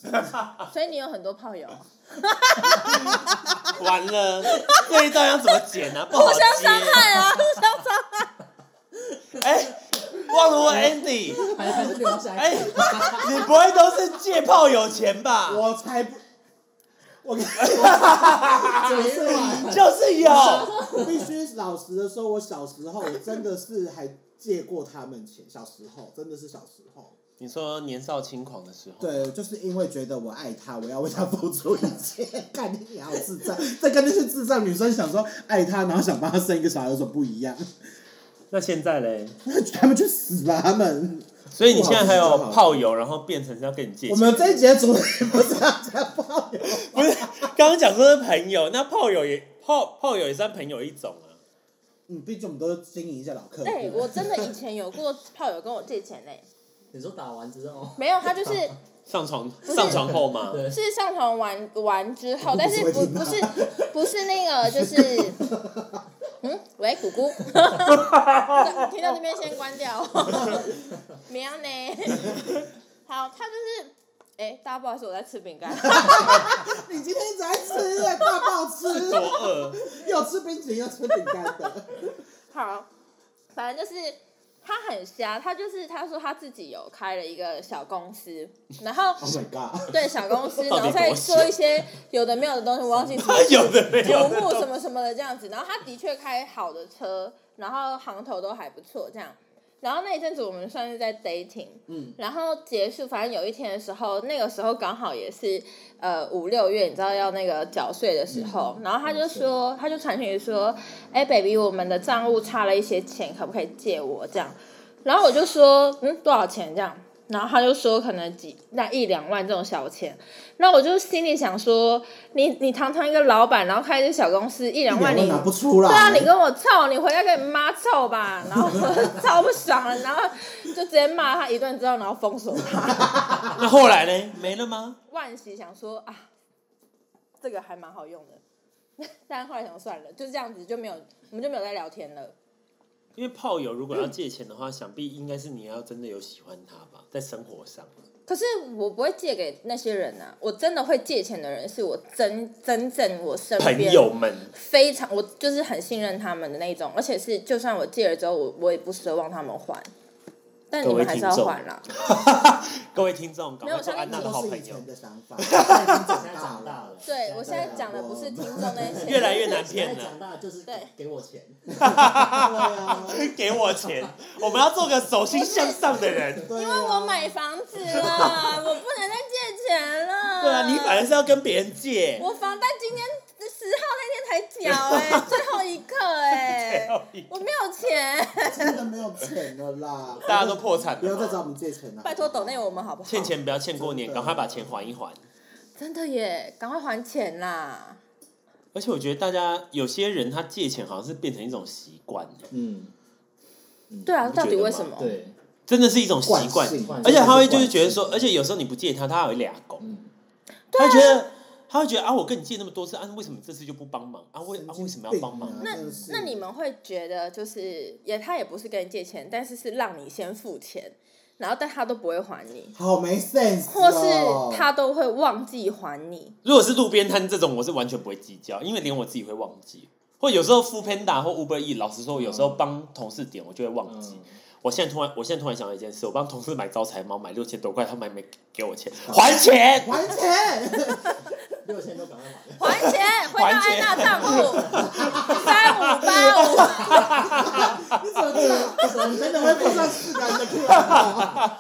[SPEAKER 1] 所以你有很多炮友，
[SPEAKER 3] 哦
[SPEAKER 2] 完了，这一段要怎么剪啊？不好
[SPEAKER 1] 互
[SPEAKER 2] 接。
[SPEAKER 1] 相伤害 啊，互相伤
[SPEAKER 2] 哎、忘了问 Andy，
[SPEAKER 4] 还还是留下
[SPEAKER 2] 哎、
[SPEAKER 4] 来。
[SPEAKER 2] 你不会都是借炮友钱吧？
[SPEAKER 3] 我才不，我 跟你
[SPEAKER 4] 嘴软
[SPEAKER 2] 就是有，
[SPEAKER 3] 我必须老实的说，我小时候我真的是还借过他们钱，小时候真的是小时候。
[SPEAKER 2] 你说年少轻狂的时候，
[SPEAKER 3] 对，就是因为觉得我爱他，我要为他付出一切。 干你娘，好智障！这跟那些智障女生想说爱他，然后想帮他生一个小孩有什么不一样？
[SPEAKER 2] 那现在嘞？
[SPEAKER 3] 他们去死吧，他们！
[SPEAKER 2] 所以你现在还有炮友，然后变成是要跟你借
[SPEAKER 3] 我
[SPEAKER 2] 钱？
[SPEAKER 3] 们这一节主题不是要讲炮友，
[SPEAKER 2] 不是 刚刚讲说是朋友，那炮友也炮炮友也算朋友一种啊。
[SPEAKER 3] 嗯，毕竟我们都经营一下老客户。
[SPEAKER 1] 哎、我真的以前有过炮友跟我借钱呢、
[SPEAKER 4] 你说打完之后，
[SPEAKER 1] 没有，他就是
[SPEAKER 2] 上床上床后吗？
[SPEAKER 4] 对，
[SPEAKER 1] 是上床玩玩之后，但是
[SPEAKER 3] 我
[SPEAKER 1] 不不
[SPEAKER 3] 不会
[SPEAKER 1] 是
[SPEAKER 3] 听到
[SPEAKER 1] 不是那个就是， 嗯，喂，姑姑，听到那边先关掉， 喵呢？好，他就是，哎、大家不好意思，我在吃饼干，
[SPEAKER 3] 你今天一直在吃耶，大爆吃，
[SPEAKER 2] 多饿，
[SPEAKER 3] 又吃冰淇淋又吃饼干 的。
[SPEAKER 1] 好，反正就是他很瞎，他就是他说他自己有开了一个小公司，然后
[SPEAKER 3] Oh my god！
[SPEAKER 1] 对小公司，然
[SPEAKER 2] 到
[SPEAKER 1] 后
[SPEAKER 2] 底
[SPEAKER 1] 再
[SPEAKER 2] 多小
[SPEAKER 1] 说一些有的没有的东西，我忘记什 么
[SPEAKER 2] 有的没
[SPEAKER 1] 游
[SPEAKER 2] 有
[SPEAKER 1] 牧什
[SPEAKER 2] 的。
[SPEAKER 1] 么什么的这样子。然后他的确开好的车，然后行头都还不错这样。然后那一阵子我们算是在 dating，
[SPEAKER 3] 嗯，
[SPEAKER 1] 然后结束，反正有一天的时候，那个时候刚好也是呃五六月，你知道要那个缴税的时候，然后他就说，他就传讯息说，哎、b a b y 我们的账务差了一些钱，可不可以借我这样？然后我就说，嗯，多少钱这样？然后他就说可能几那一两万这种小钱，那我就心里想说，你你堂堂一个老板，然后开一个小公司，一两万你
[SPEAKER 3] 拿不出来。
[SPEAKER 1] 对啊，你跟我凑，你回家跟你妈凑吧。然后我就超不爽了，然后就直接骂他一顿之后，然后封锁 他。
[SPEAKER 2] 那后来呢？没了吗？
[SPEAKER 1] 万喜想说啊，这个还蛮好用的，但后来想算了，就这样子就没有，我们就没有再聊天了。
[SPEAKER 2] 因为炮友如果要借钱的话，想必应该是你要真的有喜欢他吧，在生活上。
[SPEAKER 1] 可是我不会借给那些人啊，我真的会借钱的人是我真真正我身
[SPEAKER 2] 朋
[SPEAKER 1] 边
[SPEAKER 2] 友们，
[SPEAKER 1] 非常我就是很信任他们的那一种，而且是就算我借了之后，我我也不奢望他们还，但你
[SPEAKER 2] 各位
[SPEAKER 1] 们还是要
[SPEAKER 2] 听众
[SPEAKER 1] 还啦。
[SPEAKER 2] 各位听众，赶
[SPEAKER 1] 没有
[SPEAKER 2] 快做
[SPEAKER 1] 我相信
[SPEAKER 2] 安娜的好
[SPEAKER 3] 都是
[SPEAKER 2] 朋
[SPEAKER 3] 以
[SPEAKER 2] 友
[SPEAKER 3] 前，的想法，
[SPEAKER 4] 现在长大了。
[SPEAKER 1] 对，我现在讲的不是听众那些，
[SPEAKER 2] 越来越难
[SPEAKER 4] 现
[SPEAKER 2] 骗
[SPEAKER 4] 在
[SPEAKER 2] 了
[SPEAKER 4] 长。大就是
[SPEAKER 1] 对
[SPEAKER 4] 给我钱，
[SPEAKER 3] 对啊，
[SPEAKER 2] 给我钱，我们要做个手心向上的人。
[SPEAKER 3] 对 啊，
[SPEAKER 1] 因为我买房子了，我不能再借钱了。
[SPEAKER 2] 对啊，你反而是要跟别人借。
[SPEAKER 1] 我房贷今天十号那天才缴哎、最后一刻哎、 我没有钱，
[SPEAKER 3] 真的没有钱了啦，
[SPEAKER 2] 大家都破产
[SPEAKER 3] 不要再找
[SPEAKER 2] 了，
[SPEAKER 3] 我们借钱了。
[SPEAKER 1] 拜托抖内我们好不好？
[SPEAKER 2] 欠钱不要欠过年，
[SPEAKER 3] 真的
[SPEAKER 2] 赶快把钱还一还。
[SPEAKER 1] 真的耶，赶快还钱啦！
[SPEAKER 2] 而且我觉得大家有些人他借钱好像是变成一种习惯，
[SPEAKER 4] 嗯，
[SPEAKER 1] 对啊，
[SPEAKER 2] 你不
[SPEAKER 1] 到
[SPEAKER 2] 觉得吗
[SPEAKER 1] 底为什么？
[SPEAKER 4] 对，
[SPEAKER 2] 真的是一种习惯
[SPEAKER 3] 惯，性
[SPEAKER 4] 惯性
[SPEAKER 2] 而且他会就是觉得说，而且有时候你不借他，他还会俩狗，
[SPEAKER 4] 嗯，
[SPEAKER 2] 他会觉得他会觉得啊，我跟你借那么多次，啊为什么这次就不帮忙？啊为啊为什么要帮忙？
[SPEAKER 1] 那
[SPEAKER 3] 真的是
[SPEAKER 1] 那你们会觉得就是也他也不是跟你借钱，但是是让你先付钱，然后但他都不会还你，
[SPEAKER 3] 好没 sense，
[SPEAKER 1] 或
[SPEAKER 3] 哦
[SPEAKER 1] 是他都会忘记还你。
[SPEAKER 2] 如果是路边摊这种，我是完全不会计较，因为连我自己会忘记。或有时候 f o o Panda 或 Uber E，老实说，我有时候帮同事点，我就会忘记。
[SPEAKER 4] 嗯
[SPEAKER 2] 我现在突然，我现在突然想到一件事，我帮同事买招财猫，买六千多块，他们还没给我钱， 还钱！
[SPEAKER 3] 还钱，
[SPEAKER 4] 六千都赶快还。
[SPEAKER 1] 还钱，回到
[SPEAKER 2] 还
[SPEAKER 1] 安
[SPEAKER 2] 钱
[SPEAKER 1] 娜账户，三五八 五。
[SPEAKER 3] 你怎么这样？你真的会碰上四个人的 Q R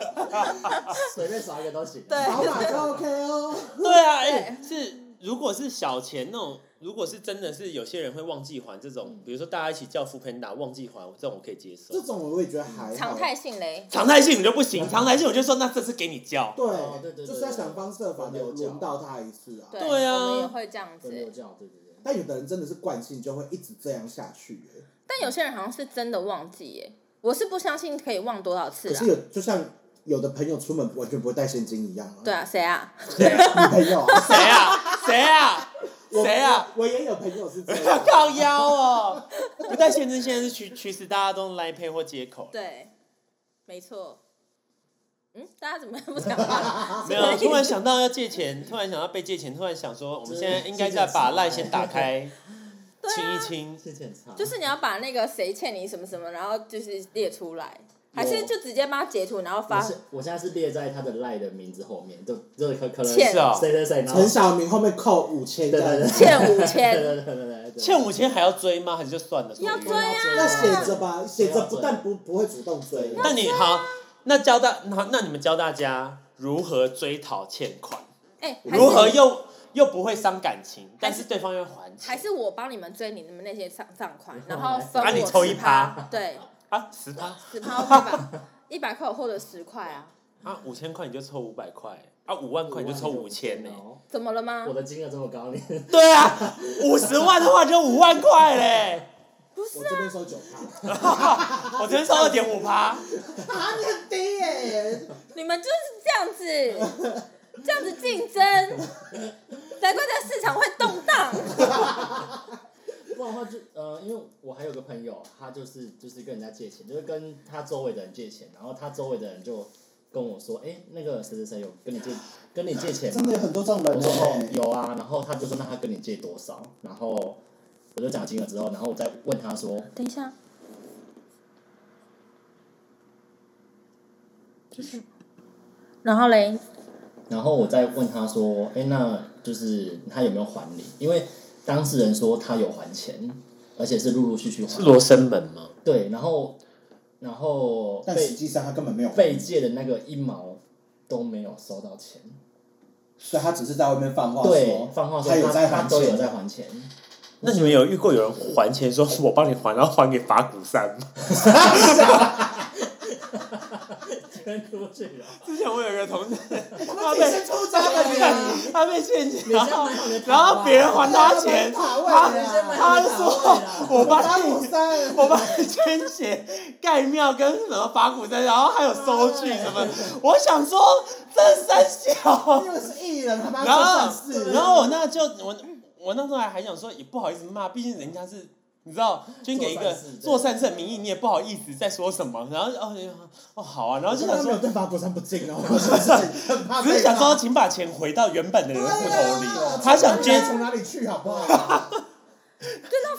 [SPEAKER 4] 随便耍一个都行。
[SPEAKER 1] 对
[SPEAKER 3] 码，扫码就 OK 哦。
[SPEAKER 2] 对啊，哎、是如果是小钱那种，如果是真的是有些人会忘记还这种，比如说大家一起叫富 Panda 忘记还，这种我可以接受
[SPEAKER 3] 这。种我也觉得还好。
[SPEAKER 1] 常态性嘞，
[SPEAKER 2] 常态性你就不行，常态性我就说那这次给你叫，
[SPEAKER 3] 对、
[SPEAKER 4] 哦对对对
[SPEAKER 3] 就是要想方设法的
[SPEAKER 4] 轮流叫
[SPEAKER 3] 轮到他一次啊。
[SPEAKER 2] 对啊
[SPEAKER 1] 我们也会这样
[SPEAKER 4] 轮流
[SPEAKER 1] 子。
[SPEAKER 4] 叫，对对对。
[SPEAKER 3] 但有的人真的是惯性，就会一直这样下去耶、
[SPEAKER 1] 但有些人好像是真的忘记耶，我是不相信可以忘多少次
[SPEAKER 3] 可
[SPEAKER 1] 啊
[SPEAKER 3] 是。有，就像有的朋友出门完全不会带现金一样啊。
[SPEAKER 1] 对啊，谁啊？
[SPEAKER 3] 女朋友啊，
[SPEAKER 2] 谁啊谁啊
[SPEAKER 3] 我
[SPEAKER 2] 谁啊？？
[SPEAKER 3] 我也有朋友是这 样。
[SPEAKER 2] 靠腰哦，不带现金现在是趋趋势，大家都来配或接口。
[SPEAKER 1] 对，没错。嗯，大家怎么 不 讲话？
[SPEAKER 2] 没有，突然想到要借钱，突然想到被借钱，突然想说，我们现在应该再把赖先打开，清一清。
[SPEAKER 4] 谢谢很差，
[SPEAKER 1] 就是你要把那个谁欠你什么什么，然后就是列出来，还是就直接帮他截图，然后
[SPEAKER 4] 我
[SPEAKER 1] 发？
[SPEAKER 4] 是我现在是列在他的赖的名字后面，就就可可能
[SPEAKER 1] 欠
[SPEAKER 4] 谁
[SPEAKER 2] 是哦
[SPEAKER 4] 谁谁，然后
[SPEAKER 3] 陈小明后面扣五千，
[SPEAKER 4] 对对对，
[SPEAKER 1] 欠五千
[SPEAKER 4] 对对对对对对，
[SPEAKER 2] 欠五千还要追吗？还是就算了？
[SPEAKER 1] 要追啊
[SPEAKER 3] 那写着吧，写着不但不不会主动追，
[SPEAKER 2] 但你好，那教大那那你们教大家如何追讨欠款，
[SPEAKER 1] 哎，还是
[SPEAKER 2] 如何又又不会伤感情，但是对方又还
[SPEAKER 1] 还
[SPEAKER 2] 钱
[SPEAKER 1] 是我帮你们追你们那些账账款，然
[SPEAKER 4] 后
[SPEAKER 1] 后
[SPEAKER 4] 来
[SPEAKER 1] 分
[SPEAKER 2] 啊你
[SPEAKER 1] 我
[SPEAKER 2] 抽
[SPEAKER 1] 10
[SPEAKER 2] 一趴，
[SPEAKER 1] 对，
[SPEAKER 2] 啊？十趴
[SPEAKER 1] 十趴 OK 吧？一百块我获得十块啊，
[SPEAKER 2] 啊，五千块你就抽五百块啊，五万块
[SPEAKER 4] 万
[SPEAKER 2] 你就抽五千欸呢？
[SPEAKER 4] 哦
[SPEAKER 1] 怎么了吗
[SPEAKER 4] 我？的金额这么高，你
[SPEAKER 2] 对啊，五十万的话就五万块嘞，
[SPEAKER 1] 不是
[SPEAKER 3] 我这边收九趴，
[SPEAKER 2] 我直接抽二点五趴。
[SPEAKER 3] 啊，你很低耶，
[SPEAKER 1] 你们就是这样子，这样子竞 争，难怪这市场会动荡。
[SPEAKER 4] 不然的话就呃，因为我还有个朋友，他就是就是跟人家借钱，就是跟他周围的人借钱，然后他周围的人就跟我说，哎、那个谁谁谁有跟你借跟你借钱吗
[SPEAKER 5] 真的有很多这种人
[SPEAKER 4] 我
[SPEAKER 5] 呢
[SPEAKER 4] 说哦
[SPEAKER 3] 欸
[SPEAKER 4] 有啊，然后他就说那他跟你借多少，然后我就讲金额之后，然后我再问他说，
[SPEAKER 1] 等一下，就是，然后嘞，
[SPEAKER 4] 然后我再问他说，哎、那就是他有没有还你？因为当事人说他有还钱，而且是陆陆续续还，
[SPEAKER 2] 罗生门吗？
[SPEAKER 4] 对，然后然后
[SPEAKER 5] 但
[SPEAKER 4] 被
[SPEAKER 5] 实际上他根本没有，
[SPEAKER 4] 被借的那个一毛都没有收到钱，
[SPEAKER 5] 所以他只是在外面放话
[SPEAKER 4] 对
[SPEAKER 5] 说，，
[SPEAKER 4] 放话说
[SPEAKER 5] 他有
[SPEAKER 4] 他
[SPEAKER 5] 在
[SPEAKER 4] 他
[SPEAKER 5] 还
[SPEAKER 4] 都有在
[SPEAKER 5] 钱，
[SPEAKER 4] 还钱，
[SPEAKER 2] 那你们有遇过有人还钱说我帮你还，然后还给法鼓山吗？
[SPEAKER 4] 捐出去了。
[SPEAKER 2] 之前我有一个同事，他
[SPEAKER 3] 他
[SPEAKER 2] 被
[SPEAKER 3] 自己是出渣的呀，
[SPEAKER 2] 他被欠钱，然
[SPEAKER 4] 先
[SPEAKER 2] 后
[SPEAKER 4] 买你的塔
[SPEAKER 2] 然后别人还
[SPEAKER 3] 啊
[SPEAKER 2] 他钱，
[SPEAKER 3] 塔位啊
[SPEAKER 2] 他他
[SPEAKER 4] 你的塔
[SPEAKER 2] 说
[SPEAKER 4] 位啦
[SPEAKER 2] 我帮
[SPEAKER 3] 八
[SPEAKER 2] 你
[SPEAKER 3] 五三，
[SPEAKER 2] 我帮你捐血、盖庙跟什么法鼓山，然后还有收据什么，我想说这三小，
[SPEAKER 3] 因为是艺人，他妈
[SPEAKER 2] 然
[SPEAKER 3] 做
[SPEAKER 2] 后
[SPEAKER 3] 善事，
[SPEAKER 2] 然后我那就我我那时候还还想说也不好意思骂，毕竟人家是。你知道捐给一个做
[SPEAKER 4] 做
[SPEAKER 2] 善事的名义，你也不好意思再说什么，然后哦哦好啊，然后就想
[SPEAKER 3] 他没
[SPEAKER 2] 说
[SPEAKER 3] 有啊对法国山不敬哦， 是不是？很怕被
[SPEAKER 2] 只是想说，请把钱回到原本的人的户
[SPEAKER 3] 啊
[SPEAKER 2] 头里。他想捐，
[SPEAKER 3] 从哪里去好 不好？
[SPEAKER 1] 就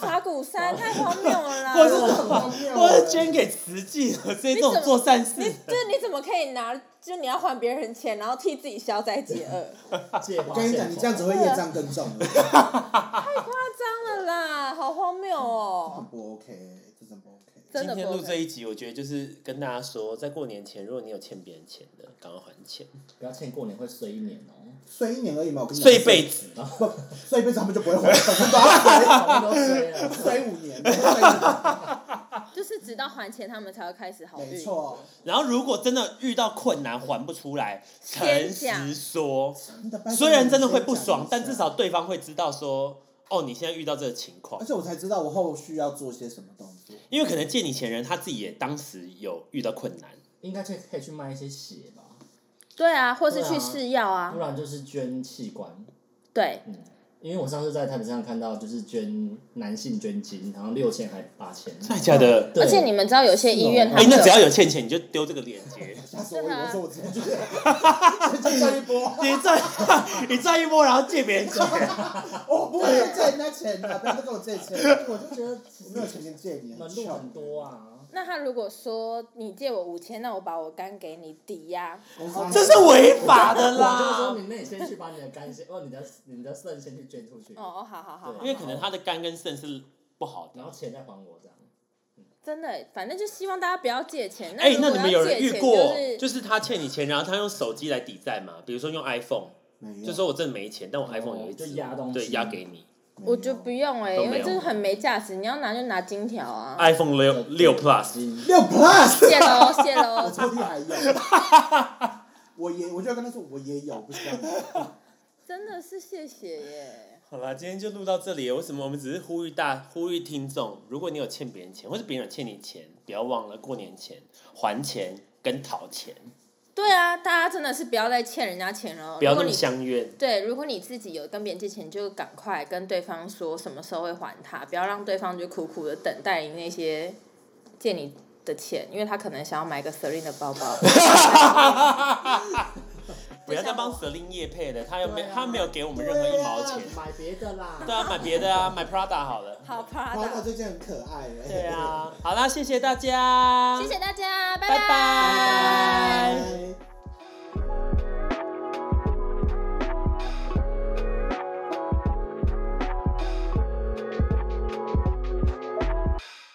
[SPEAKER 1] 到法鼓山，太荒谬了啦！
[SPEAKER 2] 或是
[SPEAKER 3] 荒谬
[SPEAKER 2] 或是捐给慈济的，所以这种做善事
[SPEAKER 1] 你，就是你怎么可以拿，就是你要还别人钱，然后替自己消灾解厄，
[SPEAKER 4] 借花
[SPEAKER 3] 我跟你
[SPEAKER 4] 献
[SPEAKER 3] 讲，
[SPEAKER 4] 佛
[SPEAKER 3] 你这样子会业障更重 了，
[SPEAKER 1] 太夸张了啦，好荒谬哦！
[SPEAKER 3] 不 OK，这真不 OK。
[SPEAKER 1] 真的
[SPEAKER 2] 今
[SPEAKER 1] 不
[SPEAKER 2] 天录
[SPEAKER 1] OK
[SPEAKER 2] 这一集，我觉得就是跟大家说，在过年前，如果你有欠别人钱的，赶快还钱，
[SPEAKER 4] 不要欠过年会衰一年哦，
[SPEAKER 3] 睡一年而已嘛，我跟你讲
[SPEAKER 2] 睡一辈子。
[SPEAKER 3] 不，睡一辈子他们就不会还，反正都 要
[SPEAKER 4] 我们都衰了。
[SPEAKER 3] 睡睡五年，睡五年
[SPEAKER 1] 就是直到还钱，他们才会开始好
[SPEAKER 3] 没
[SPEAKER 1] 运。
[SPEAKER 3] 错，
[SPEAKER 2] 然后，如果真的遇到困难还不出来，诚
[SPEAKER 1] 先讲
[SPEAKER 2] 实说，
[SPEAKER 3] 真的拜托
[SPEAKER 2] 虽然真的会
[SPEAKER 3] 你
[SPEAKER 2] 不
[SPEAKER 3] 们先
[SPEAKER 2] 爽
[SPEAKER 3] 讲一，
[SPEAKER 2] 但
[SPEAKER 3] 下
[SPEAKER 2] 至少对方会知道说，哦，你现在遇到这个情况
[SPEAKER 3] 而，且我才知道我后续要做些什么动作。
[SPEAKER 2] 因为可能借你钱人他自己也当时有遇到困难，
[SPEAKER 4] 应该去可以去卖一些血吧，
[SPEAKER 1] 对啊，或是
[SPEAKER 4] 对
[SPEAKER 1] 去
[SPEAKER 4] 啊
[SPEAKER 1] 试药啊
[SPEAKER 4] 不，然就是捐器官。
[SPEAKER 1] 对，
[SPEAKER 4] 嗯，因为我上次在台北上看到，就是捐男性捐精，好像六千还八千。
[SPEAKER 2] 真的假的？
[SPEAKER 4] 对
[SPEAKER 1] 而且你们知道有些医院他
[SPEAKER 2] 哎、
[SPEAKER 1] 们
[SPEAKER 2] 那只
[SPEAKER 1] 有
[SPEAKER 2] 要有欠钱，你就丢这个链接。
[SPEAKER 3] 吓死我了！
[SPEAKER 1] 对啊
[SPEAKER 3] 我说我直接去，
[SPEAKER 2] 啊
[SPEAKER 3] 直 接赚一波。
[SPEAKER 2] 你赚你赚一波，然后借别人钱，
[SPEAKER 3] 我不会借人家钱的，不要再跟我借钱。我就觉得我
[SPEAKER 4] 其实
[SPEAKER 3] 没有钱先借你，
[SPEAKER 4] 门
[SPEAKER 3] 很
[SPEAKER 4] 路
[SPEAKER 3] 穷
[SPEAKER 4] 很。多啊。
[SPEAKER 1] 那他如果说你借我五千，那我把我肝给你抵押，
[SPEAKER 3] 我说
[SPEAKER 2] 这是违法的
[SPEAKER 4] 我就说
[SPEAKER 2] 啦。
[SPEAKER 4] 你那你先去把你的肝先，哦，你的你的肾先去捐出去，
[SPEAKER 1] 哦哦，好好好
[SPEAKER 4] 对
[SPEAKER 1] 好，
[SPEAKER 2] 因为可能他的肝跟肾是不好
[SPEAKER 4] 然
[SPEAKER 2] 的。
[SPEAKER 4] 后钱再还我这样。
[SPEAKER 1] 真的，反正就希望大家不要借钱。
[SPEAKER 2] 哎、
[SPEAKER 1] 如
[SPEAKER 2] 那
[SPEAKER 1] 果
[SPEAKER 2] 你们
[SPEAKER 1] 要
[SPEAKER 2] 有人
[SPEAKER 1] 借
[SPEAKER 2] 遇
[SPEAKER 1] 钱
[SPEAKER 2] 过，
[SPEAKER 1] 就是
[SPEAKER 2] 就是他欠你钱，然后他用手机来抵债嘛？比如说用 iPhone，
[SPEAKER 3] 没有，
[SPEAKER 2] 就说我真的没钱，但我 iPhone 有一
[SPEAKER 4] 就
[SPEAKER 2] 只，
[SPEAKER 4] 压东西
[SPEAKER 2] 对，压给你。
[SPEAKER 1] 我觉得不用哎、
[SPEAKER 2] 都没有
[SPEAKER 1] 因为这是很没价值。你要拿就拿金条啊！
[SPEAKER 2] iPhone 六六 Plus，
[SPEAKER 3] 六 plus，
[SPEAKER 1] 谢喽谢喽
[SPEAKER 3] 我，抽屉还有，我也我就要跟他说我也有，不是这样
[SPEAKER 1] 真的是谢谢耶！
[SPEAKER 2] 好啦，今天就录到这里。为什么我们只是呼吁大呼吁听众，如果你有欠别人钱，或者别人有欠你钱，不要忘了过年前还钱跟讨钱，
[SPEAKER 1] 对啊，大家真的是不要再欠人家钱了。
[SPEAKER 2] 不
[SPEAKER 1] 啊如
[SPEAKER 2] 要
[SPEAKER 1] 果
[SPEAKER 2] 那么
[SPEAKER 1] 你
[SPEAKER 2] 相怨。
[SPEAKER 1] 对，如果你自己有跟别人借钱，就赶快跟对方说什么时候会还他，不要让对方就苦苦的等待那些借你的钱，因为他可能想要买个 Celine 的包 包。
[SPEAKER 2] 不要再帮舍令叶配了，他又没
[SPEAKER 4] 对啊
[SPEAKER 2] 他没有给我们任何一毛钱。
[SPEAKER 4] 买别的啦
[SPEAKER 2] 对。啊，买别的啊，买 Prada 好了。
[SPEAKER 1] 好
[SPEAKER 3] Prada
[SPEAKER 1] Prada，
[SPEAKER 3] 最近很可爱哎、
[SPEAKER 2] 对啊啊，好啦，谢谢大家，
[SPEAKER 1] 谢谢大家，拜
[SPEAKER 2] 拜拜
[SPEAKER 3] 拜。